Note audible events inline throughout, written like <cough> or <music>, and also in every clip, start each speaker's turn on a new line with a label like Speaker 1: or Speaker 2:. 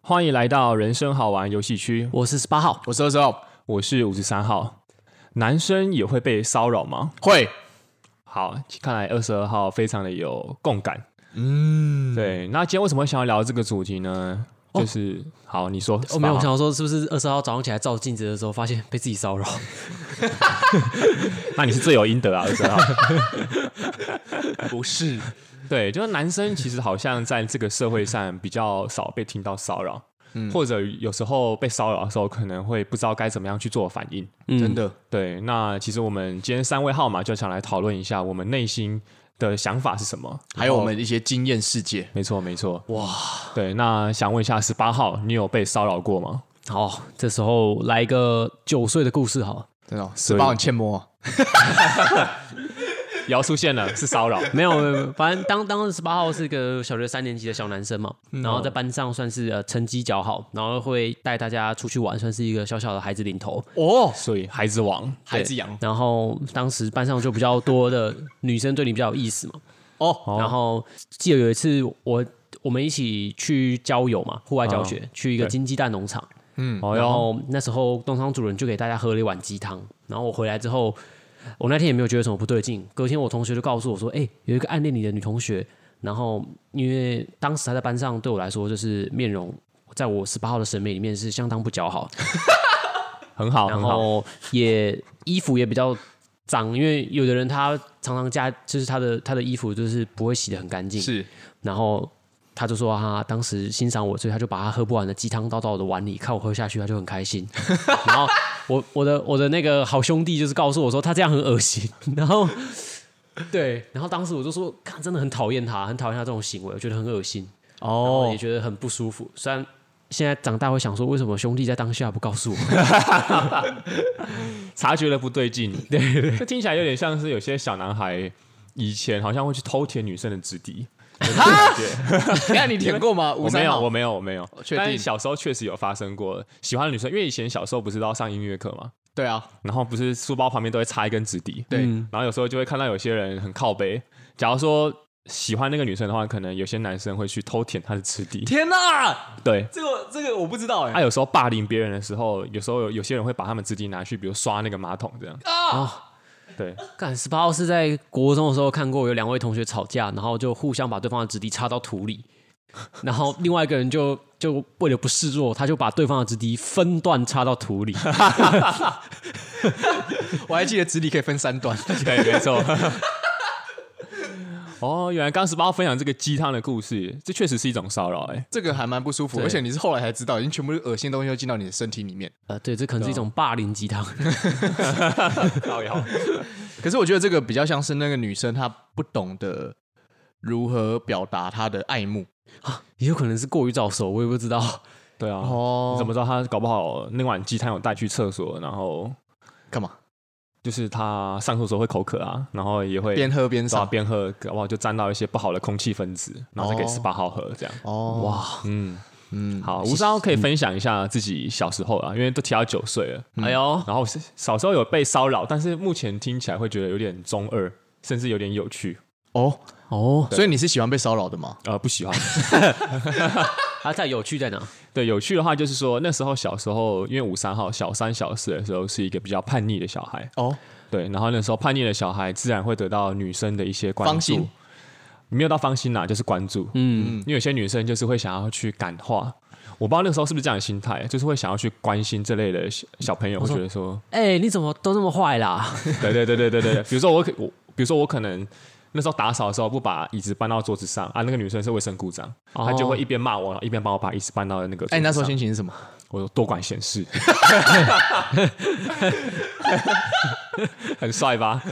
Speaker 1: 欢迎来到人生好玩游戏区，
Speaker 2: 我是十八号，
Speaker 3: 我是二十号，
Speaker 1: 我是五十三号。男生也会被骚扰吗？
Speaker 3: 会，
Speaker 1: 好，看来二十二号非常的有共感。
Speaker 3: 嗯，
Speaker 1: 对，那今天为什么想要聊这个主题呢？就是、好，你说，
Speaker 2: 哦，没有，
Speaker 1: 18
Speaker 2: 我
Speaker 1: 号
Speaker 2: 想说是不是二十号早上起来照镜子的时候，发现被自己骚扰？ <laughs>
Speaker 1: 那你是罪有应得啊，二十二号。
Speaker 3: 不是，
Speaker 1: 对，就是男生其实好像在这个社会上比较少被听到骚扰，或者有时候被骚扰的时候，可能会不知道该怎么样去做反应。
Speaker 3: 真的，
Speaker 1: 对，那其实我们今天三位号码就想来讨论一下我们内心的想法是什么，
Speaker 3: 还有我
Speaker 1: 然后。
Speaker 3: 们一些经验世界，
Speaker 1: 没错，没错，哇，对，那想问一下十八号，你有被骚扰过吗？
Speaker 2: 好，这时候来一个九岁的故事好了，
Speaker 3: 真的哦，
Speaker 1: 所
Speaker 3: 十
Speaker 1: 以
Speaker 3: 八很欠摸哦，
Speaker 1: 也要出现了，是骚扰，
Speaker 2: 没有，没有，没有反正当当时十八号是个小学三年级的小男生嘛，然后在班上算是呃成绩较好，然后会带大家出去玩，算是一个小小的孩子领头。
Speaker 3: 哦，
Speaker 1: 所以孩子王，
Speaker 3: 孩子养，
Speaker 2: 然后当时班上就比较多的女生对你比较有意思嘛，
Speaker 3: 哦，
Speaker 2: 然后记得有一次我我们一起去郊游嘛，户外教学，去一个
Speaker 1: 对
Speaker 2: 金鸡蛋农场，
Speaker 1: 哦
Speaker 2: 然
Speaker 1: 哟，
Speaker 2: 后那时候东昌主人就给大家喝了一碗鸡汤，然后我回来之后，我那天也没有觉得什么不对劲。隔天我同学就告诉我说，哎、有一个暗恋你的女同学，然后因为当时她在班上对我来说就是面容，在我十八号的审美里面是相当不姣好，
Speaker 1: 很好，
Speaker 2: 然
Speaker 1: 很好，
Speaker 2: 后也衣服也比较脏，因为有的人他常常加就是他的他的衣服就是不会洗得很干净，
Speaker 3: 是，
Speaker 2: 然后。他就说啊他当时欣赏我，所以他就把他喝不完的鸡汤倒到我的碗里，看我喝下去，他就很开心。 <laughs> 然后我我的我的那个好兄弟就是告诉我说他这样很恶心， <laughs> 然后对，然后当时我就说，看真的很讨厌他，很讨厌他这种行为，我觉得很恶心，然后
Speaker 3: 哦
Speaker 2: 也，觉得很不舒服。虽然现在长大会想说，为什么兄弟在当下不告诉我？ <laughs>
Speaker 1: 察觉了不对劲，对对，这听起来有点像是有些小男孩以前好像会去偷舔女生的纸笛，
Speaker 3: <laughs> 你看你舔过 <laughs> 吗？
Speaker 1: 我
Speaker 3: 五
Speaker 1: 没
Speaker 3: 三
Speaker 1: 有，
Speaker 3: 号
Speaker 1: 我没有，我没有，
Speaker 3: 确
Speaker 1: 但
Speaker 3: 定
Speaker 1: 小时候确实有发生过喜欢的女生，因为以前小时候不是都要上音乐课嘛，
Speaker 3: 对啊，
Speaker 1: 然后不是书包旁边都会插一根纸笛，
Speaker 3: 对，
Speaker 1: 然后有时候就会看到有些人很靠背，假如说喜欢那个女生的话，可能有些男生会去偷舔她的纸笛，
Speaker 3: 天哪，
Speaker 1: 对。
Speaker 3: 这个这个我不知道
Speaker 1: 他、
Speaker 3: <laughs> 哎，
Speaker 1: 有时候霸凌别人的时候，有时候有有些人会把他们纸笛拿去，比如刷那个马桶这样。
Speaker 2: 哦
Speaker 1: 对，
Speaker 2: 干十八号是在国中的时候看过有两位同学吵架，然后就互相把对方的纸笛插到土里，然后另外一个人就就为了不示弱，他就把对方的纸笛分段插到土里，
Speaker 3: 我还记得纸里可以分三 <laughs> 段，
Speaker 1: 对，没错。 <laughs> 哦，原来刚十八号分享这个鸡汤的故事，这确实是一种骚扰、哎，
Speaker 3: 这个还蛮不舒服，
Speaker 2: 对
Speaker 3: 而且你是后来才知道，已经全部恶心的东西都进到你的身体里面。
Speaker 2: 呃，对，这可能是一种霸凌鸡汤，
Speaker 1: 骚扰。
Speaker 3: 可是我觉得这个比较像是那个女生她不懂得如何表达她的爱慕
Speaker 2: 也有可能是过于早熟，我也不知道。
Speaker 1: 对啊，你怎
Speaker 3: 哦，
Speaker 1: 么知道他搞不好那碗鸡汤有带去厕所，然后
Speaker 3: 干嘛
Speaker 1: 就是他上厕所会口渴啊，然后也会
Speaker 3: 边喝边
Speaker 1: 对啊
Speaker 3: 上
Speaker 1: 边喝，搞不好就沾到一些不好的空气分子，然后再给
Speaker 3: 哦
Speaker 1: 十八号喝这样。
Speaker 3: 哦，哇，
Speaker 1: 嗯，
Speaker 3: 嗯，
Speaker 1: 好，吴三号可以分享一下自己小时候啊，因为都提到九岁了，
Speaker 3: 嗯
Speaker 2: 哎呦，
Speaker 1: 然后是小时候有被骚扰，但是目前听起来会觉得有点中二，甚至有点有趣，
Speaker 3: 哦，
Speaker 2: 哦，
Speaker 3: 所以你是喜欢被骚扰的吗？
Speaker 1: 呃，不喜
Speaker 3: <laughs>
Speaker 1: 欢。
Speaker 2: 他在有趣在哪？
Speaker 1: 对，有趣的话就是说，那时候小时候，因为五三号小三小四的时候是一个比较叛逆的小孩，
Speaker 3: 哦，
Speaker 1: 对，然后那时候叛逆的小孩自然会得到女生的一些关
Speaker 3: 芳
Speaker 1: 注
Speaker 3: 心，
Speaker 1: 没有到芳心啦，就是关注，嗯，因为有些女生就是会想要去感化，我不知道那时候是不是这样的心态，就是会想要去关心这类的小小朋友，会觉得说，
Speaker 2: 哎，你怎么都那么坏啦？
Speaker 1: 对对对对对对，比如说我可我，比如说我可能。那时候打扫的时候不把椅子搬到桌子上啊，那个女生是卫生股长，她就会一边骂我，然后一边帮我把椅子搬到那个桌子上。
Speaker 3: 哎，你那时候心情是什么？
Speaker 1: 我有多管闲事， <laughs> 很帅吧？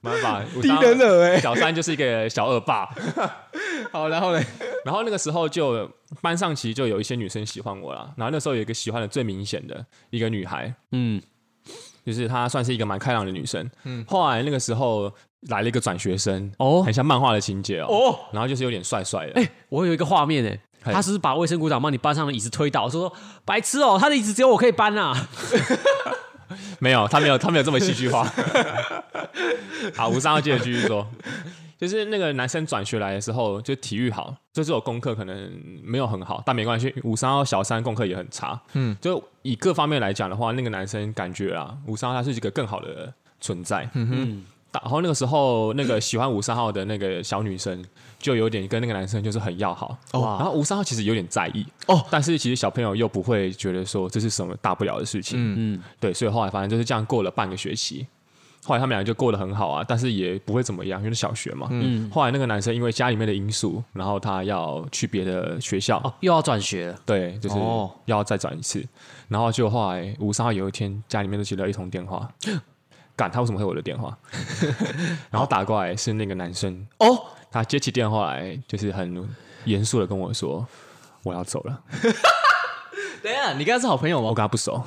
Speaker 1: 没办法，我当
Speaker 3: 了哎，
Speaker 1: 小三就是一个小恶霸。
Speaker 3: 好，然后嘞，
Speaker 1: 然后那个时候就班上其实就有一些女生喜欢我啦。然后那时候有一个喜欢的最明显的一个女孩，
Speaker 2: 嗯，
Speaker 1: 就是她算是一个蛮开朗的女生。嗯，后来那个时候来了一个转学生，
Speaker 2: 哦
Speaker 1: 很像漫画的情节哦。
Speaker 3: 哦
Speaker 1: 然后就是有点帅帅的。
Speaker 2: 我有一个画面哎。
Speaker 1: 嘿
Speaker 2: 他是不是把卫生股长帮你搬上的椅子推倒，说说白痴哦，他的椅子只有我可以搬啊。
Speaker 1: <laughs> 没有，他没有，他没有这么戏剧化。好，吴三要接着继续说。就是那个男生转学来的时候，就体育好，就是我功课可能没有很好，但没关系。五三到小三功课也很差，嗯，就以各方面来讲的话，那个男生感觉啊，五三他是一个更好的存在，嗯哼。然后那个时候，那个喜欢五三号的那个小女生，就有点跟那个男生就是很要好。
Speaker 2: 哇
Speaker 1: 然后五三号其实有点在意
Speaker 3: 哦，
Speaker 1: 但是其实小朋友又不会觉得说这是什么大不了的事情。
Speaker 3: 嗯
Speaker 1: 嗯，对，所以后来反正就是这样过了半个学期，后来他们俩就过得很好啊，但是也不会怎么样，因为小学嘛。嗯，后来那个男生因为家里面的因素，然后他要去别的学校，
Speaker 2: 哦，又要转学了，
Speaker 1: 对，就是
Speaker 3: 哦
Speaker 1: 要再转一次。然后就后来五三号有一天家里面就接到一通电话，干他为什么会有我的电话？ <laughs> 然后打过来是那个男生，
Speaker 3: 哦，
Speaker 1: 他接起电话来就是很严肃的跟我说。我要走了，
Speaker 3: 等一
Speaker 2: 啊
Speaker 3: 下，你跟他是好朋友
Speaker 1: 我
Speaker 3: 吗？
Speaker 1: 跟他不 <laughs> 熟。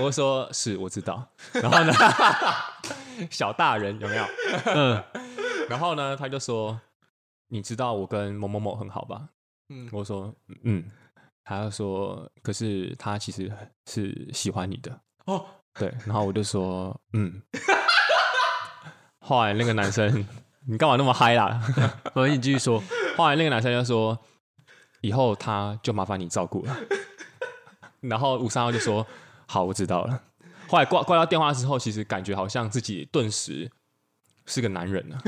Speaker 1: 我就说是我知道， <laughs> 然后呢，小大人有没有？嗯，然后呢，他就说，你知道我跟某某某很好吧？
Speaker 3: 嗯
Speaker 1: 我说嗯，他就说，可是他其实是喜欢你的
Speaker 3: 哦，
Speaker 1: 对，然后我就说嗯，后来那个男生，你干嘛那么嗨啦？
Speaker 2: 我你继续说，
Speaker 1: 后来那个男生就说，以后他就麻烦你照顾了。然后五三号就说，好，我知道了。后来挂挂掉电话之后，其实感觉好像自己顿时是个男人了，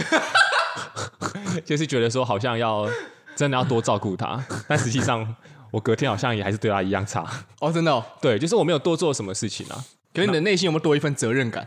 Speaker 1: <laughs> 就是觉得说好像要真的要多照顾他，但实际上我隔天好像也还是对他一样差。
Speaker 3: 哦，真的哦。
Speaker 1: 对，就是我没有多做什么事情啊，
Speaker 3: 可是你的内心有没有多一份责任感？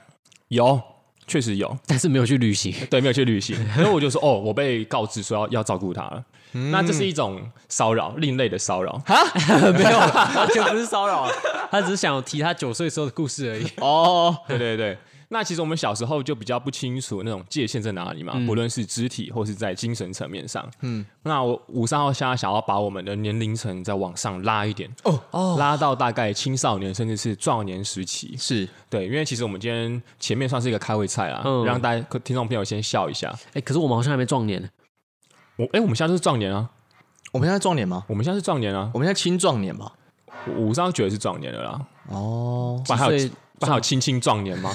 Speaker 1: 有，确实有。
Speaker 2: 但是没有去旅行，
Speaker 1: 对，没有去旅行，所以我就说哦，我被告知说要要照顾他了，那这是一种骚扰，另类的骚扰，
Speaker 2: <laughs> 没有，完全不是骚扰，他只是想提他九岁时候的故事而 <laughs> 已。
Speaker 3: 哦，
Speaker 1: 对对对。那其实我们小时候就比较不清楚那种界限在哪里嘛，不论是肢体或是在精神层面上。嗯，那我五三号现在想要把我们的年龄层再往上拉一点，
Speaker 3: 哦
Speaker 1: 哦，拉到大概青少年甚至是壮年时期。
Speaker 3: 是
Speaker 1: 对，因为其实我们今天前面算是一个开胃菜啊，
Speaker 2: 嗯
Speaker 1: 让大家听众朋友先笑一下。
Speaker 2: 哎，可是我们好像还没壮年呢，
Speaker 1: 我哎，我们现在就是壮年啊，
Speaker 3: 我们现在壮年吗？
Speaker 1: 我们现在是壮年啊，
Speaker 3: 我们现在青壮年吧？
Speaker 1: 五三觉得是壮年了啦，
Speaker 3: 哦，
Speaker 1: 不然还有
Speaker 2: 几岁
Speaker 1: 不然还有青青壮年吗？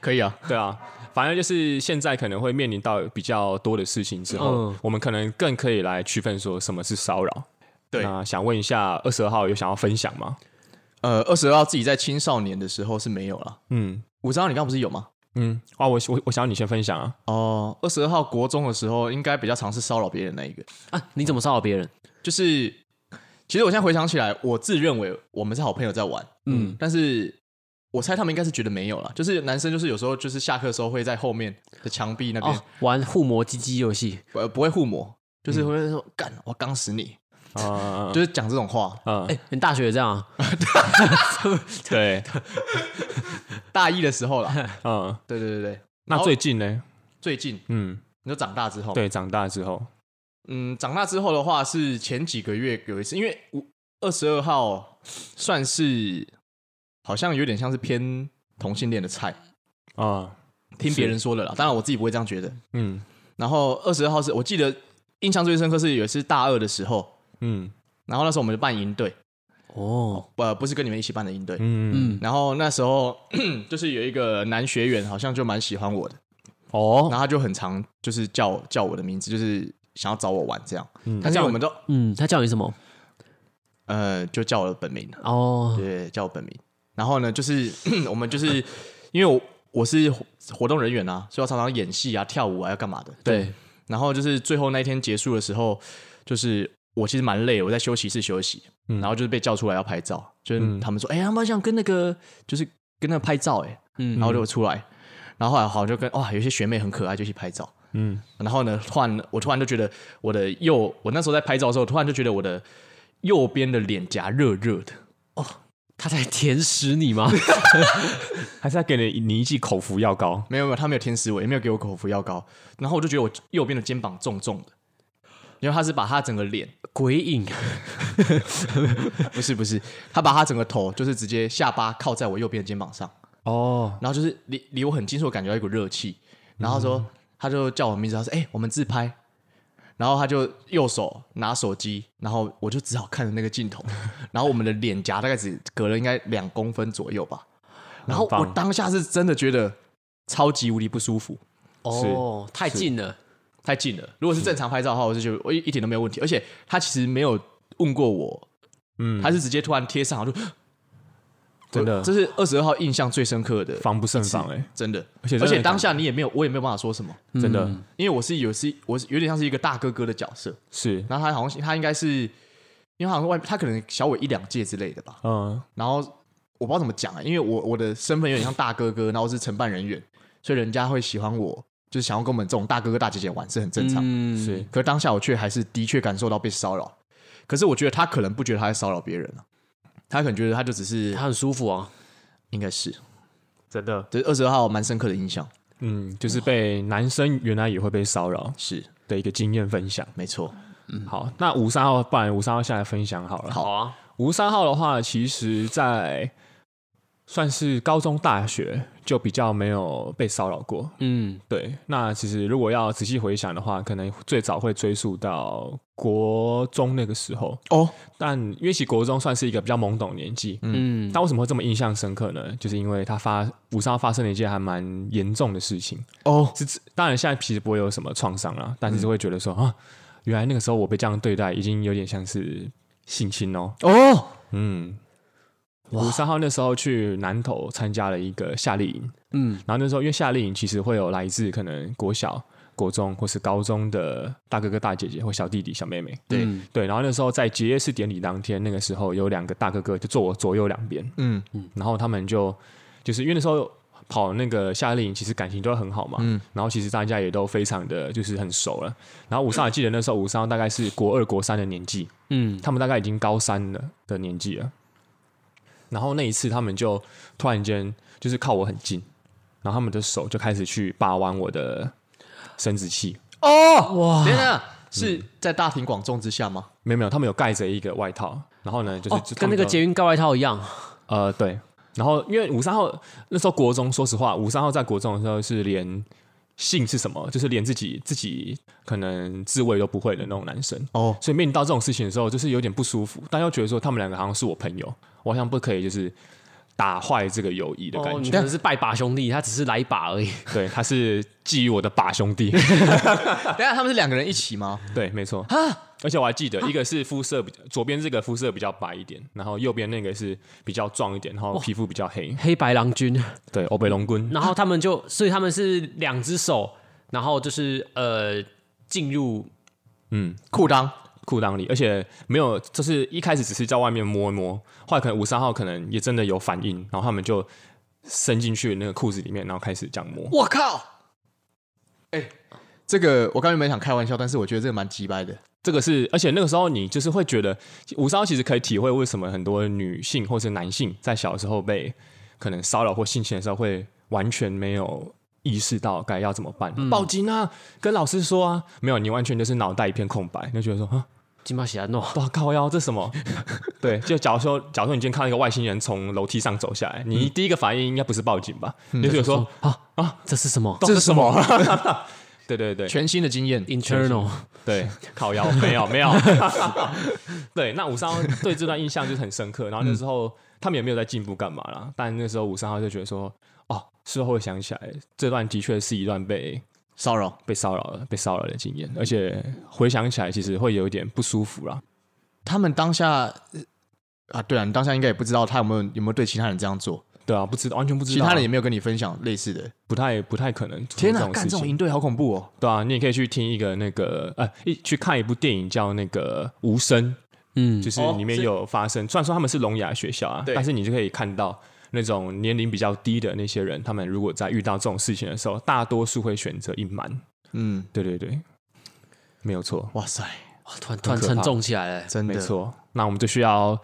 Speaker 3: 可以啊，
Speaker 1: 对啊，反正就是现在可能会面临到比较多的事情之后，
Speaker 2: 嗯
Speaker 1: 我们可能更可以来区分说什么是骚扰。
Speaker 3: 对
Speaker 1: 那想问一下二十二号有想要分享吗？
Speaker 3: 呃，二十二号自己在青少年的时候是没有了。
Speaker 1: 嗯
Speaker 3: 五十号你刚刚不是有吗？
Speaker 1: 嗯，啊，我我我想要你先分享
Speaker 3: <laughs>
Speaker 1: 啊。
Speaker 3: 哦，二十二号国中的时候应该比较尝试骚扰别人那一个，
Speaker 2: 啊，你怎么骚扰别人？
Speaker 3: 就是其实我现在回想起来，我自认为我们是好朋友在玩，嗯，但是我猜他们应该是觉得没有了，就是男生就是有时候就是下课的时候会在后面的墙壁那边、
Speaker 2: 哦，玩互磨鸡鸡游戏，
Speaker 3: 呃不会互磨，就是会说干、我刚死你，
Speaker 1: 啊、
Speaker 3: 就是讲这种话。
Speaker 1: 嗯，
Speaker 2: 哎，你大学也这样啊？
Speaker 1: 对，
Speaker 3: <laughs> 大一的时候啦，
Speaker 1: 嗯，
Speaker 3: 对对对对，然
Speaker 1: 那
Speaker 3: 后
Speaker 1: 最近呢？
Speaker 3: 最近
Speaker 1: 嗯，
Speaker 3: 你说长大之后，
Speaker 1: 对，长大之后，
Speaker 3: 嗯，长大之后的话是前几个月有一次，因为我二十二号算是好像有点像是偏同性恋的菜，
Speaker 1: 啊、
Speaker 3: 听别人说的啦。当然我自己不会这样觉得。
Speaker 1: 嗯
Speaker 3: 然后二十二号是我记得印象最深刻是有一次大二的时候，
Speaker 1: 嗯
Speaker 3: 然后那时候我们就办营队，
Speaker 2: 哦，
Speaker 3: 呃，不是跟你们一起办的营队。
Speaker 1: 嗯，
Speaker 2: 嗯，
Speaker 3: 然后那时候 <clears throat> 就是有一个男学员，好像就蛮喜欢我的，然
Speaker 1: 哦，
Speaker 3: 后他就很常就是叫叫我的名字，就是想要找我玩这样。
Speaker 1: 嗯
Speaker 3: 他叫我们都
Speaker 2: 嗯，他叫你什么？
Speaker 3: 呃就叫我的本名，
Speaker 2: 哦，
Speaker 3: 对，叫我本名。然后呢，就是 <clears throat> 我们就是因为我我是活活动人员啊，所以要常常演戏啊、跳舞啊，要干嘛的。
Speaker 2: 对，
Speaker 3: 然后就是最后那一天结束的时候，就是我其实蛮累，我在休息室休息，
Speaker 1: 嗯
Speaker 3: 然后就是被叫出来要拍照，就是
Speaker 1: 嗯
Speaker 3: 他们说，哎、他们想跟那个就是跟那个拍照、哎，
Speaker 2: 嗯
Speaker 3: 然后就出来，然后后来好就跟哇，有些学妹很可爱，就去拍照。
Speaker 1: 嗯
Speaker 3: 然后呢，突然我突然就觉得我的右，我那时候在拍照的时候，突然就觉得我的右边的脸颊热热的，
Speaker 2: 他在舔食你 <laughs> 吗？
Speaker 1: 还是要给你你一剂口服药膏，
Speaker 3: 没有没有，他没有天使我，也没有给我口服药膏。然后我就觉得我右边的肩膀重重的，因为他是把他整个脸，
Speaker 2: 鬼影，
Speaker 3: 不是不是，他把他整个头就是直接下巴靠在我右边的肩膀上，
Speaker 1: 哦，
Speaker 3: 然后就是离离我很近，所以我感觉到一股热气。然后他
Speaker 1: 嗯
Speaker 3: 说，他就叫我名字，他说：“哎、我们自拍。”然后他就右手拿手机，然后我就只好看着那个镜
Speaker 1: <laughs>
Speaker 3: 头，然后我们的脸颊大概只隔了应该两公分左右吧。然后
Speaker 1: 很棒
Speaker 3: 我当下是真的觉得超级无敌不舒服，
Speaker 2: 哦，太近了，
Speaker 3: 太近了。如果是正常拍照的话，我就觉得我一一点都没有问题。而且他其实没有问过我，
Speaker 1: 嗯，
Speaker 3: 他是直接突然贴上，我就
Speaker 1: 真的
Speaker 3: 我这是二十二号印象最深刻的，
Speaker 1: 防不胜防哎、
Speaker 3: 真的。
Speaker 1: 而且真的
Speaker 3: 而且
Speaker 1: 很
Speaker 3: 当下你也没有，我也没有办法说什么，
Speaker 1: 真的、
Speaker 3: 因为我是有是我是有点像是一个大哥哥的角色，
Speaker 1: 是，
Speaker 3: 然后他好像他应该是，因为好像外他可能小我一两届之类的吧，
Speaker 1: 嗯，
Speaker 3: 然后我不知道怎么讲、啊，因为我我的身份有点像大哥哥，然后我是承办人员，所以人家会喜欢我，就是想要跟我们这种大哥哥大姐姐玩是很正常。
Speaker 2: 嗯，
Speaker 1: 是
Speaker 3: 可是当下我却还是的确感受到被骚扰，可是我觉得他可能不觉得他在骚扰别人啊，他可能觉得他就只是
Speaker 2: 他很舒服啊，
Speaker 3: 应该是，
Speaker 1: 真的，
Speaker 3: 这是二十二号蛮深刻的印象，
Speaker 1: 嗯，就是被男生原来也会被骚扰
Speaker 3: 是
Speaker 1: 的一个经验分享。
Speaker 3: 没错，
Speaker 1: 好，那五三号，不然五三号下来分享好了。
Speaker 2: 嗯好啊，
Speaker 1: 五三号的话，其实在呃算是高中、大学就比较没有被骚扰过。
Speaker 2: 嗯，
Speaker 1: 对，那其实如果要仔细回想的话，可能最早会追溯到国中那个时候。
Speaker 3: 哦，
Speaker 1: 但因为其实国中算是一个比较懵懂的年纪，
Speaker 2: 嗯，
Speaker 1: 但为什么会这么印象深刻呢？就是因为他发五三号发生了一件还蛮严重的事情。
Speaker 3: 哦，
Speaker 1: 是当然现在其实不会有什么创伤啦，但是会觉得说、啊，原来那个时候我被这样对待，已经有点像是性侵哦。
Speaker 3: 哦，
Speaker 1: 嗯，五三号那时候去南投参加了一个夏令营，
Speaker 2: 嗯，
Speaker 1: 然后那时候因为夏令营其实会有来自可能国小、国中或是高中的大哥哥、大姐姐或小弟弟、小妹妹，
Speaker 3: 对
Speaker 2: 嗯
Speaker 1: 对，然后那时候在结业式典礼当天，那个时候有两个大哥哥就坐我左右两边，
Speaker 3: 嗯，
Speaker 1: 然后他们就就是因为那时候跑那个夏令营，其实感情都很好嘛，
Speaker 3: 嗯
Speaker 1: 然后其实大家也都非常的就是很熟了。然后五三还记得那时候五三大概是国二国三的年纪，
Speaker 2: 嗯，
Speaker 1: 他们大概已经高三了的年纪了。然后那一次他们就突然间就是靠我很近，然后他们的手就开始去把玩我的生殖器，
Speaker 3: 哦，哇，等等，是在大庭广众之下吗？
Speaker 1: 没有没有，他们有盖着一个外套，然后呢就是、
Speaker 2: 哦
Speaker 1: 就，他
Speaker 2: 跟
Speaker 1: 们
Speaker 2: 那个
Speaker 1: 就
Speaker 2: 捷运盖外套一样，
Speaker 1: 呃，对。然后因为五三号那时候国中，说实话，五三号在国中的时候是连性是什么，就是连自己自己可能自慰都不会的那种男生，
Speaker 3: 哦，
Speaker 1: 所以面临到这种事情的时候，就是有点不舒服，但又觉得说他们两个好像是我朋友，我好像不可以就是打坏这个友谊的
Speaker 2: 哦，
Speaker 1: 感
Speaker 2: 你
Speaker 1: 觉。
Speaker 2: 可能是拜把兄弟，他只是来一把而已，
Speaker 1: 对，他是基于我的把兄
Speaker 2: <laughs>
Speaker 1: 弟，
Speaker 3: 啊等一下他们是两个人一起吗？
Speaker 1: 对，没错。而且我还记得，一个是肤色比较左边这个肤色比较白一点，然后右边那个是比较壮一点，然后皮肤比较黑。
Speaker 2: 黑白郎君，
Speaker 1: 对，欧北龙棍。
Speaker 2: 然后他们就，所以他们是两只手，然后就是呃进入，
Speaker 3: 裤裆，
Speaker 1: 嗯裤裆里，而且没有，就是一开始只是在外面摸一摸，后来可能五三号可能也真的有反应，然后他们就伸进去那个裤子里面，然后开始这样摸。
Speaker 3: <laughs> 我靠！哎，这个我刚原本想开玩笑，但是我觉得这个蛮鸡掰的。
Speaker 1: 这个是，而且那个时候你就是会觉得五三号其实可以体会为什么很多女性或是男性在小时候被可能骚扰或性侵的时候会完全没有。意识到该要怎么办，报警啊！跟老师说啊，没有，你完全就是脑袋一片空白，你就觉得说啊，
Speaker 2: 金马喜安诺，
Speaker 1: 哇靠腰，这什么？对，就假如说，假如说你今天看到一个外星人从楼梯上走下来，你第一个反应应该不是报警吧？你就是
Speaker 2: 哦
Speaker 1: 说，
Speaker 2: 啊这是什么
Speaker 1: 嗯这是什么？ <laughs> 对对对
Speaker 3: 全新的经验，
Speaker 2: ？Internal，
Speaker 3: <laughs>
Speaker 1: 对，靠腰没有没 <laughs> 有。对，那五三号对这段印象就是很深刻。然
Speaker 3: 嗯
Speaker 1: 后那时候他们也没有在进步干嘛啦，但那时候五三号就觉得说，哦，事后会想起来，这段的确是一段被
Speaker 3: 骚扰。
Speaker 1: 被骚扰了、被骚扰的经验，而且回想起来其实会有一点不舒服啦。
Speaker 3: 他们当下呃啊，对啊，你当下应该也不知道他有没有有没有对其他人这样做，
Speaker 1: 对啊，不知道，完全不知
Speaker 3: 其
Speaker 1: 道啊，
Speaker 3: 他人也没有跟你分享类似的。
Speaker 1: 不太不太可能出
Speaker 3: 天
Speaker 1: 这
Speaker 3: 哪，
Speaker 1: 种
Speaker 3: 干
Speaker 1: 事
Speaker 3: 这种
Speaker 1: 情。
Speaker 3: 营队好恐怖哦！
Speaker 1: 对啊，你也可以去听一个那个呃，一去看一部电影叫那个《无声》，
Speaker 2: 嗯
Speaker 1: 就，是
Speaker 3: 哦
Speaker 1: 里面
Speaker 3: 是
Speaker 1: 有发生。虽然说他们是聋哑学校啊，
Speaker 3: 对
Speaker 1: 但是你就可以看到那种年龄比较低的那些人，他们如果在遇到这种事情的时候，大多数会选择隐瞒。
Speaker 3: 嗯，
Speaker 1: 对对对，没有错，
Speaker 3: 哇塞，
Speaker 2: 哇突然突然
Speaker 1: 很可怕
Speaker 2: 沉重起来了，
Speaker 3: 真的
Speaker 1: 没错。那我们就需要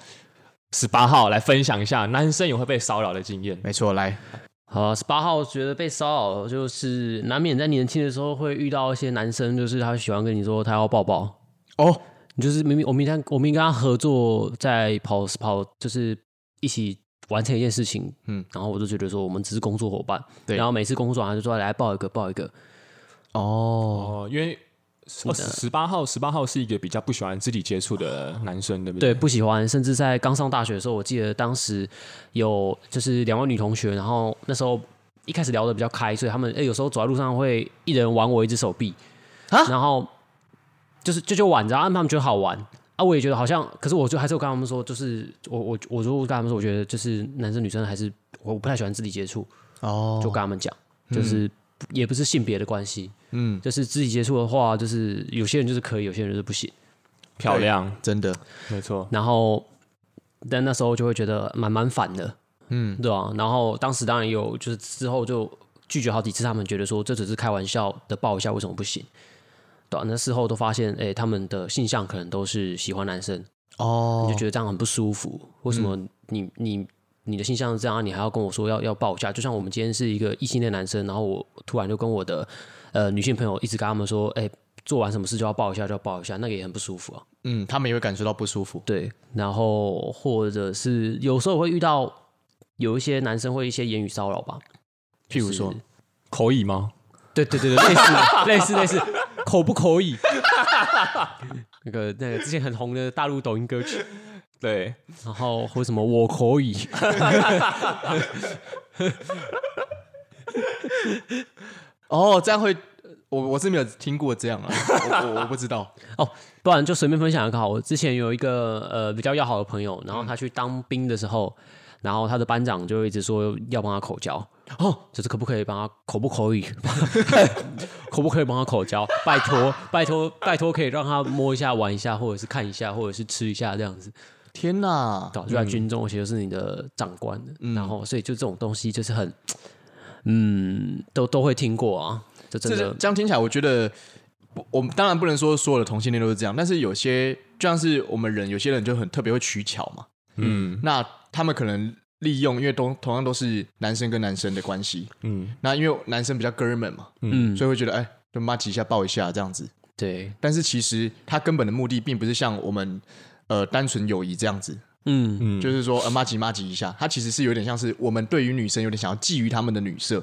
Speaker 1: 十八号来分享一下男生也会被骚扰的经验。
Speaker 3: 没错。来，
Speaker 2: 好啊，十八号觉得被骚扰，就是难免在年轻的时候会遇到一些男生，就是他喜欢跟你说他要抱抱，
Speaker 3: 哦，
Speaker 2: 你就是明明我明天我明天跟他合作，在跑跑就是一起完成一件事情，
Speaker 3: 嗯
Speaker 2: 嗯，然后我就觉得说我们只是工作伙伴，
Speaker 3: 对
Speaker 2: 然后每次工作完他就说来抱一个抱一个，
Speaker 3: 哦，
Speaker 1: 哦，因为十八号，十八号是一个比较不喜欢肢体接触的男生，对不
Speaker 2: 对，？不喜欢，甚至在刚上大学的时候，我记得当时有就是两位女同学，然后那时候一开始聊的比较开，所以他们、欸、有时候走在路上会一人玩我一只手臂，
Speaker 3: 啊
Speaker 2: 然后就是就就玩着，然后他们觉得好玩啊，我也觉得好像，可是我就还是有跟他们说，就是我我我就跟他们说，我觉得就是男生女生还是我我不太喜欢肢体接触，
Speaker 3: 哦，
Speaker 2: 就跟他们讲，就是也不是性别的关系，
Speaker 3: 嗯，
Speaker 2: 就是肢体接触的话，就是有些人就是可以，有些人就是不行。
Speaker 1: 漂亮，
Speaker 3: 真的，
Speaker 1: 没错，
Speaker 2: 然后，但那时候就会觉得蛮蛮烦的，嗯，对啊。然后当时当然有，就是之后就拒绝好几次，他们觉得说这只是开玩笑的抱一下，为什么不行？对、啊，那事后都发现，哎、他们的性向可能都是喜欢男生，
Speaker 3: 哦
Speaker 2: 你就觉得这样很不舒服。为什么你、你你的性向是这样啊，你还要跟我说要要抱一下？就像我们今天是一个异性恋男生，然后我突然就跟我的呃女性朋友一直跟他们说，哎、做完什么事就要抱一下，就要抱一下，那个也很不舒服啊。
Speaker 3: 嗯，他们也会感受到不舒服，
Speaker 2: 对，然后或者是有时候会遇到有一些男生会一些言语骚扰吧，
Speaker 3: 譬如说，
Speaker 1: 口语吗？
Speaker 2: 对对对对，类似 <laughs> 类似类似，口不口语？那个那个之前很红的大陆抖音歌曲，
Speaker 1: 对，
Speaker 2: 然后或什么我口语，
Speaker 3: 哦，这样会，我我是没有听过这样啊， <laughs> 我我我不知道，
Speaker 2: 不然就随便分享一个好。我之前有一个呃比较要好的朋友，然后他去当兵的时候，然后他的班长就一直说要帮他口交，哦，就是可不可以帮他口不口语， <laughs> 可不可以帮他口交？拜托，拜托，拜托，可以让他摸一下、玩一下，或者是看一下，或者是吃一下这样子。
Speaker 3: 天哪，
Speaker 2: 对吧，就在军中，而且又是你的长官的，
Speaker 3: 嗯
Speaker 2: 然后所以就这种东西就是很，嗯，都都会听过啊，这真
Speaker 3: 这
Speaker 2: 的
Speaker 3: 这样听起来，我觉得不我们当然不能说所有的同性恋都是这样，但是有些就像是我们人，有些人就很特别会取巧嘛。
Speaker 1: 嗯
Speaker 3: 那他们可能利用，因为都同样都是男生跟男生的关系，
Speaker 1: 嗯，
Speaker 3: 那因为男生比较哥们嘛，
Speaker 2: 嗯，
Speaker 3: 所以会觉得哎，就骂几下抱一下这样子。
Speaker 2: 对，
Speaker 3: 但是其实他根本的目的并不是像我们呃单纯友谊这样子，
Speaker 2: 嗯，
Speaker 1: 嗯
Speaker 3: 就是说呃骂几骂几一下，他其实是有点像是我们对于女生有点想要觊觎他们的女色，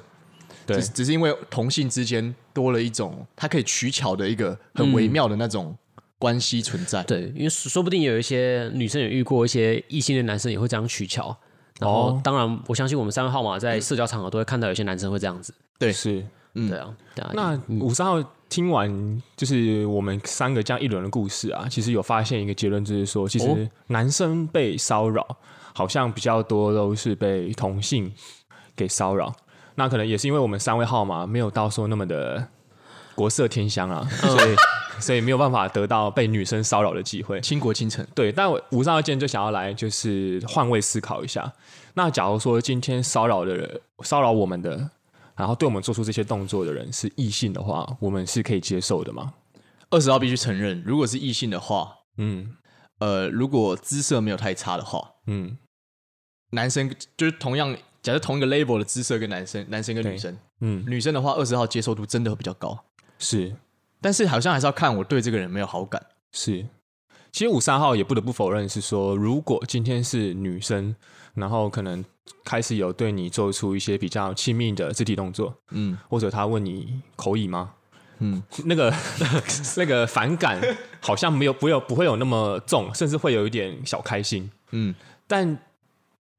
Speaker 1: 对
Speaker 3: 只是，只是因为同性之间多了一种他可以取巧的一个很微妙的那种关系存在。
Speaker 2: 对，因为说说不定有一些女生也遇过一些异性恋男生也会这样取巧。然后，
Speaker 1: 哦嗯
Speaker 2: 当然，我相信我们三位号码在社交场合都会看到有些男生会这样子。
Speaker 3: 对
Speaker 1: 是。
Speaker 3: 嗯
Speaker 2: 对啊，对啊
Speaker 1: 那五十号听完就是我们三个这样一轮的故事啊，其实有发现一个结论，就是说，其
Speaker 2: 哦
Speaker 1: 实男生被骚扰好像比较多都是被同性给骚扰。那可能也是因为我们三位号码没有到说那么的国色天香啊，所以 <laughs> 所以没有办法得到被女生骚扰的机会。
Speaker 3: 倾国倾城，
Speaker 1: 对，但我五十号今天就想要来就是换位思考一下。那假如说今天骚扰的人骚扰我们的，然后对我们做出这些动作的人是异性的话，我们是可以接受的吗？
Speaker 3: 二十号必须承认，如果是异性的话，
Speaker 1: 嗯
Speaker 3: 呃，如果姿色没有太差的话，
Speaker 1: 嗯
Speaker 3: 男生就是同样，假设同一个 label 的姿色跟男生，男生跟女生，
Speaker 1: 嗯，
Speaker 3: 女生的话，二十号接受度真的会比较高。
Speaker 1: 是
Speaker 3: 但是好像还是要看我对这个人有没有好感。
Speaker 1: 是。其实五三号也不得不否认是说，如果今天是女生，然后可能开始有对你做出一些比较亲密的肢体动作，
Speaker 3: 嗯
Speaker 1: 或者她问你口语吗？
Speaker 3: 嗯，
Speaker 1: 那个 <laughs> 那个反感好像没有不有不会有那么重，甚至会有一点小开心。
Speaker 3: 嗯，
Speaker 1: 但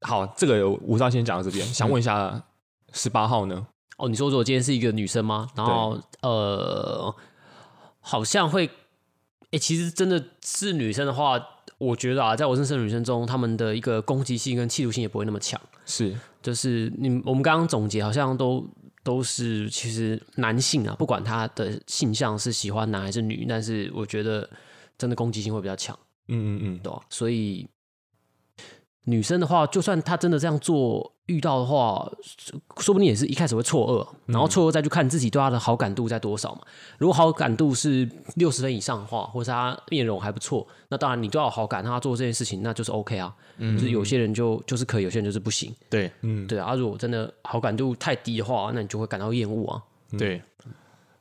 Speaker 1: 好，这个吴少先讲到这边，想问一下十八号呢？
Speaker 2: 哦，你说如果今天是一个女生吗？然后呃，好像会，哎、其实真的是女生的话，我觉得啊，在我认识的女生中，她们的一个攻击性跟企图性也不会那么强。
Speaker 1: 是
Speaker 2: 就是你我们刚刚总结，好像都都是其实男性啊，不管他的性向是喜欢男还是女，但是我觉得真的攻击性会比较强，
Speaker 1: 嗯嗯
Speaker 2: 对吧、啊所以女生的话，就算她真的这样做，遇到的话，说不定也是一开始会错愕，然后错愕再去看自己对她的好感度在多少嘛。如果好感度是六十分以上的话，或是她面容还不错，那当然你对她有好感，让她做这件事情，那就是 OK 啊。就是有些人就就是可以，有些人就是不行。
Speaker 3: 对
Speaker 1: 嗯嗯。
Speaker 2: 对啊，如果真的好感度太低的话，那你就会感到厌恶啊。
Speaker 1: 嗯
Speaker 3: 对，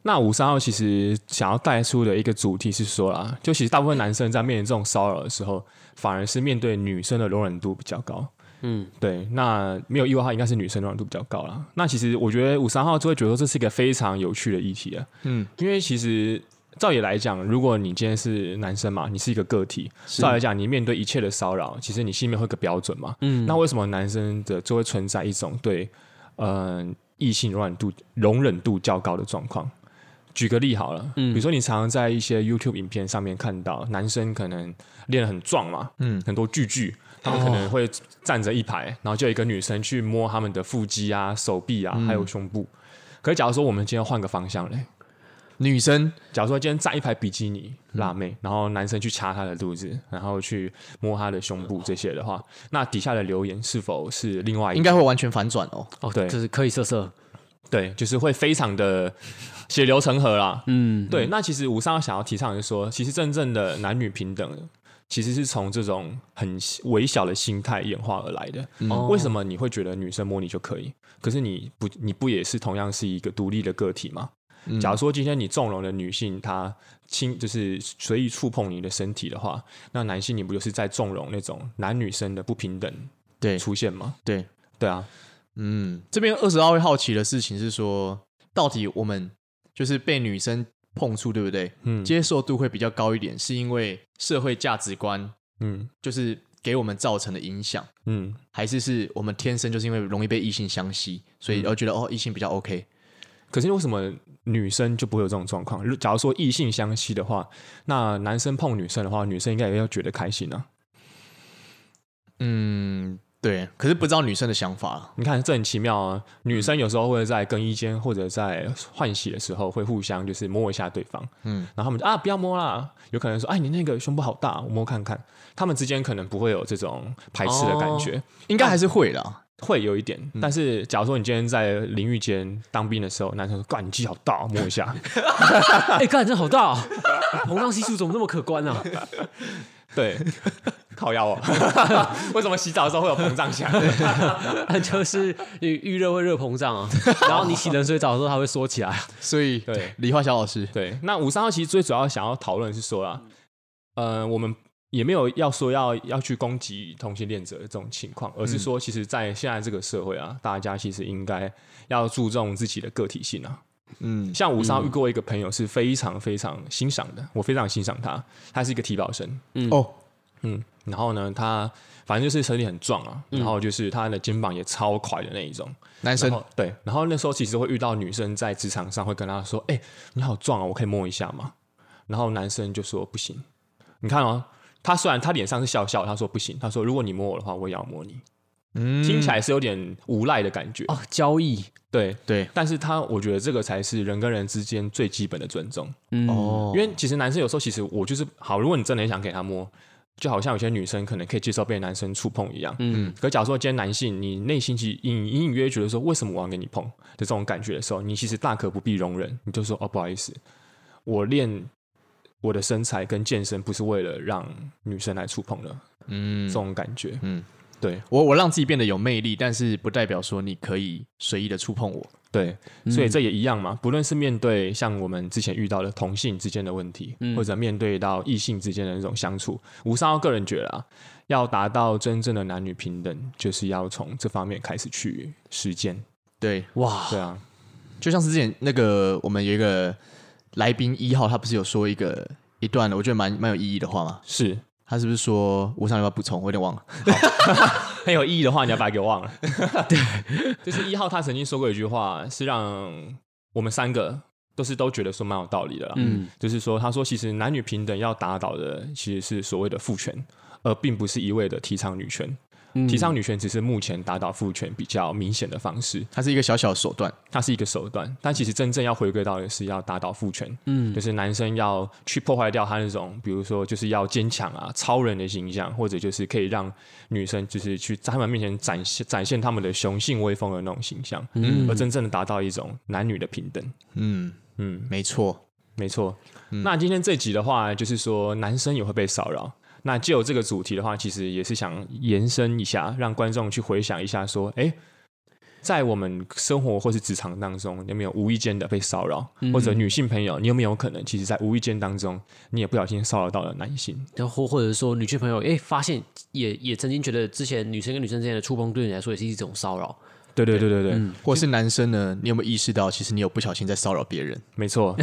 Speaker 1: 那五三号其实想要带出的一个主题是说啦，就其实大部分男生在面临这种骚扰的时候，反而是面对女生的容忍度比较高。
Speaker 2: 嗯，
Speaker 1: 对，那没有意外的话，应该是女生容忍度比较高啦。那其实我觉得五三号就会觉得这是一个非常有趣的议题啊。
Speaker 3: 嗯，
Speaker 1: 因为其实照理来讲，如果你今天是男生嘛，你是一个个体，照理来讲，你面对一切的骚扰，其实你心里面会有个标准嘛。嗯，那为什么男生的就会存在一种对，嗯、异性容忍度容忍度较高的状况。举个例好了，
Speaker 3: 嗯
Speaker 1: 比如说你常常在一些 YouTube 影片上面看到男生可能练得很壮嘛，嗯，很多巨巨，他们可能
Speaker 3: 哦
Speaker 1: 会站着一排，然后就有一个女生去摸他们的腹肌啊、手臂啊，
Speaker 3: 嗯
Speaker 1: 还有胸部。可是假如说我们今天换个方向嘞，
Speaker 3: 女生
Speaker 1: 假如说今天站一排比基尼
Speaker 3: 嗯
Speaker 1: 辣妹，然后男生去掐她的肚子，然后去摸她的胸部这些的话，那底下的留言是否是另外一
Speaker 3: 应该会完全反转哦。
Speaker 2: 哦，
Speaker 1: 对
Speaker 2: 这是可以色色，
Speaker 1: 对，就是会非常的血流成河啦。嗯，对。那其实吴尚想要提倡的是说，其实真正的男女平等，其实是从这种很微小的心态演化而来的。
Speaker 3: 嗯
Speaker 2: 哦
Speaker 1: 为什么你会觉得女生摸你就可以？可是你不，你不也是同样是一个独立的个体吗？
Speaker 3: 嗯
Speaker 1: 假如说今天你纵容了女性，她轻就是随意触碰你的身体的话，那男性你不就是在纵容那种男女生的不平等
Speaker 3: 对
Speaker 1: 出现吗？
Speaker 3: 对，
Speaker 1: 对啊，
Speaker 3: 嗯，这边二十二会好奇的事情是说，到底我们就是被女生碰触，对不对？
Speaker 1: 嗯
Speaker 3: 接受度会比较高一点，是因为社会价值观
Speaker 1: 嗯
Speaker 3: 就是给我们造成的影响，
Speaker 1: 嗯，
Speaker 3: 还是是我们天生就是因为容易被异性相吸，所以而觉得、哦异性比较 OK？
Speaker 1: 可是为什么女生就不会有这种状况？如假如说异性相吸的话，那男生碰女生的话，女生应该也要觉得开心啊。
Speaker 3: 嗯，对。可是不知道女生的想法，
Speaker 1: 你看，这很奇妙啊！女生有时候会在更衣间或者在换洗的时候，会互相就是摸一下对方，嗯，然后他们就啊不要摸啦，有可能说哎你那个胸部好大，我摸看看。他们之间可能不会有这种排斥的感觉，
Speaker 3: 应该还是会啦。
Speaker 1: 会有一点。但是假如说你今天在淋浴间当兵的时候，男生说干你鸡好大哦，摸一下，
Speaker 2: 哎，干这好大，哦， <laughs> 膨胀系数怎么那么可观啊？ <laughs>
Speaker 1: 对， <laughs> 靠腰哦。 <laughs> 为什么洗澡的时候会有膨胀起来？
Speaker 2: 就是你预热会热膨胀啊，然后你洗冷水澡的时候它会缩起来啊，
Speaker 3: 所以，
Speaker 1: 对
Speaker 3: 李焕小老师，
Speaker 1: <laughs> 对，那五三号其实最主要想要讨论的是说啦，呃，我们也没有要说要要去攻击同性恋者的这种情况，而是说，其实，在现在这个社会啊，大家其实应该要注重自己的个体性啊。
Speaker 3: 嗯，
Speaker 1: 像五三号遇过一个朋友是非常非常欣赏的，我非常欣赏他，他是一个体保生，
Speaker 3: 哦，
Speaker 1: 嗯，然后呢，他反正就是身体很壮啊，然后就是他的肩膀也超快的那一种。
Speaker 3: 男
Speaker 1: 然
Speaker 3: 生
Speaker 1: 后对，然后那时候其实会遇到女生在职场上会跟他说：“哎、你好壮啊，我可以摸一下吗？”然后男生就说：“不行。”你看哦，他虽然他脸上是笑笑，他说不行，他说如果你摸我的话，我也要摸你。听起来是有点无赖的感觉，
Speaker 2: 哦，交易，
Speaker 1: 对。
Speaker 3: 对
Speaker 1: 但是他，我觉得这个才是人跟人之间最基本的尊重。
Speaker 2: 嗯，
Speaker 3: 哦，
Speaker 1: 因为其实男生有时候其实我就是好，如果你真的很想给他摸，就好像有些女生可能可以接受被男生触碰一样。嗯，可假如说今天男性，你内心其实隐隐隐约约觉得说，为什么我要给你碰的这种感觉的时候，你其实大可不必容忍，你就说哦，不好意思，我练我的身材跟健身不是为了让女生来触碰的，
Speaker 3: 嗯
Speaker 1: 这，种感觉。嗯，对
Speaker 3: 我我让自己变得有魅力，但是不代表说你可以随意的触碰我。
Speaker 1: 对，所以这也一样嘛，不论是面对像我们之前遇到的同性之间的问题，或者面对到异性之间的那种相处，吴三奥个人觉得啊，要达到真正的男女平等，就是要从这方面开始去实践。
Speaker 3: 对，
Speaker 2: 哇，
Speaker 1: 对啊，
Speaker 3: 就像是之前那个我们有一个来宾一号，他不是有说一个一段我觉得蛮蛮有意义的话吗？
Speaker 1: 是
Speaker 3: 他是不是说我想要不要补充？我有点忘了。
Speaker 1: 很有意义的话，你要把它给
Speaker 2: <laughs>
Speaker 1: 忘了。对，就是一号他曾经说过一句话，是让我们三个都是都觉得说蛮有道理的啦。
Speaker 2: 嗯，
Speaker 1: 就是说，他说其实男女平等要打倒的其实是所谓的父权，而并不是一味的提倡女权。
Speaker 2: 嗯
Speaker 1: 提倡女权只是目前打倒父权比较明显的方式，
Speaker 3: 他是一个小小的手段，
Speaker 1: 它是一个手段。但其实真正要回归到的是要打倒父权，
Speaker 2: 嗯
Speaker 1: 就是男生要去破坏掉他那种，比如说就是要坚强啊、超人的形象，或者就是可以让女生就是去在他们面前展现展现他们的雄性威风的那种形象，而真正的达到一种男女的平等。
Speaker 3: 嗯，
Speaker 1: 嗯，
Speaker 3: 没错，
Speaker 1: 没错。
Speaker 3: 嗯
Speaker 1: 那今天这集的话，就是说男生也会被骚扰。那借由这个主题的话，其实也是想延伸一下，让观众去回想一下，说，哎、在我们生活或是职场当中，有没有无意间的被骚扰，
Speaker 3: 嗯
Speaker 1: 或者女性朋友，你有没有可能，其实在无意间当中，你也不小心骚扰到了男性？
Speaker 2: 然后或者说女性朋友，哎，发现也也曾经觉得之前女生跟女生之间的触碰对你来说也是一种骚扰，
Speaker 1: 对对对对对，
Speaker 3: 或是男生呢？你有没有意识到，其实你有不小心在骚扰别人？
Speaker 1: 没错，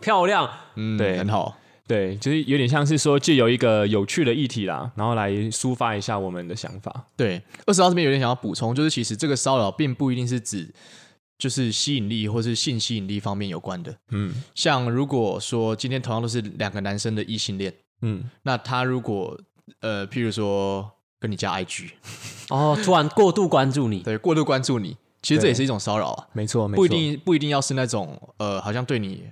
Speaker 2: 漂亮，
Speaker 3: 嗯，
Speaker 1: 对
Speaker 3: 很好。
Speaker 1: 对，就是有点像是说借由一个有趣的议题啦，然后来抒发一下我们的想法。
Speaker 3: 对，二十号这边有点想要补充，就是其实这个骚扰并不一定是指就是吸引力或是性吸引力方面有关的。
Speaker 1: 嗯
Speaker 3: 像如果说今天同样都是两个男生的异性恋，
Speaker 1: 嗯，
Speaker 3: 那他如果呃，譬如说跟你加 IG，
Speaker 2: 哦，突然过度关注你，
Speaker 3: 对，过度关注你，其实这
Speaker 1: 对
Speaker 3: 也是一种骚扰啊，
Speaker 1: 没错，没错
Speaker 3: 不一定不一定要是那种呃，好像对你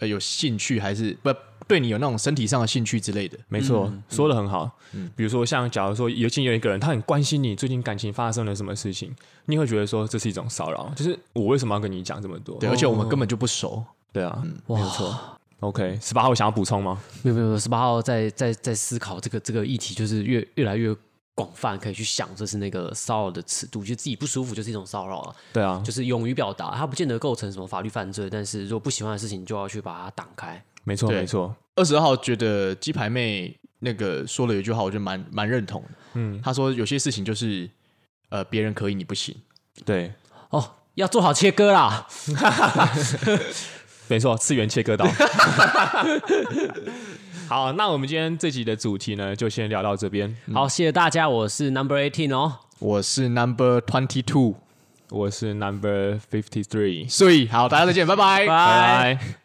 Speaker 3: 呃有兴趣，还是不对你有那种身体上的兴趣之类的。
Speaker 1: 没错，
Speaker 3: 嗯
Speaker 1: 说的很好。比如说，像假如说，尤其有一个人，他很关心你最近感情发生了什么事情，你会觉得说这是一种骚扰，就是我为什么要跟你讲这么多？
Speaker 3: 对，而且嗯我们根本就不熟。
Speaker 1: 对啊，
Speaker 2: 哇
Speaker 1: 没有错。OK，十八号想要补充吗？
Speaker 2: 没有没有没有，十八号在在在思考这个这个议题，就是越越来越广泛，可以去想这是那个骚扰的尺度，就自己不舒服就是一种骚扰了，
Speaker 1: 对啊，
Speaker 2: 就是勇于表达，它不见得构成什么法律犯罪，但是如果不喜欢的事情就要去把它挡开。
Speaker 1: 没错，
Speaker 3: 对
Speaker 1: 没错。
Speaker 3: 二十号觉得鸡排妹那个说了有一句话，我觉得蛮蛮认同的。
Speaker 1: 嗯，
Speaker 3: 她说有些事情就是呃，别人可以，你不行。
Speaker 1: 对，
Speaker 2: 哦，要做好切割啦，
Speaker 1: 没错，次元切
Speaker 3: <laughs>
Speaker 1: 割刀。 <laughs> 好，那我们今天这集的主题呢，就先聊到这边。
Speaker 2: 好，谢谢大家，我是 Number Eighteen 哦，
Speaker 3: 我是 number twenty two，
Speaker 1: 我是 Number Fifty Three，
Speaker 3: 所以好，大家再见，拜拜，
Speaker 1: 拜拜。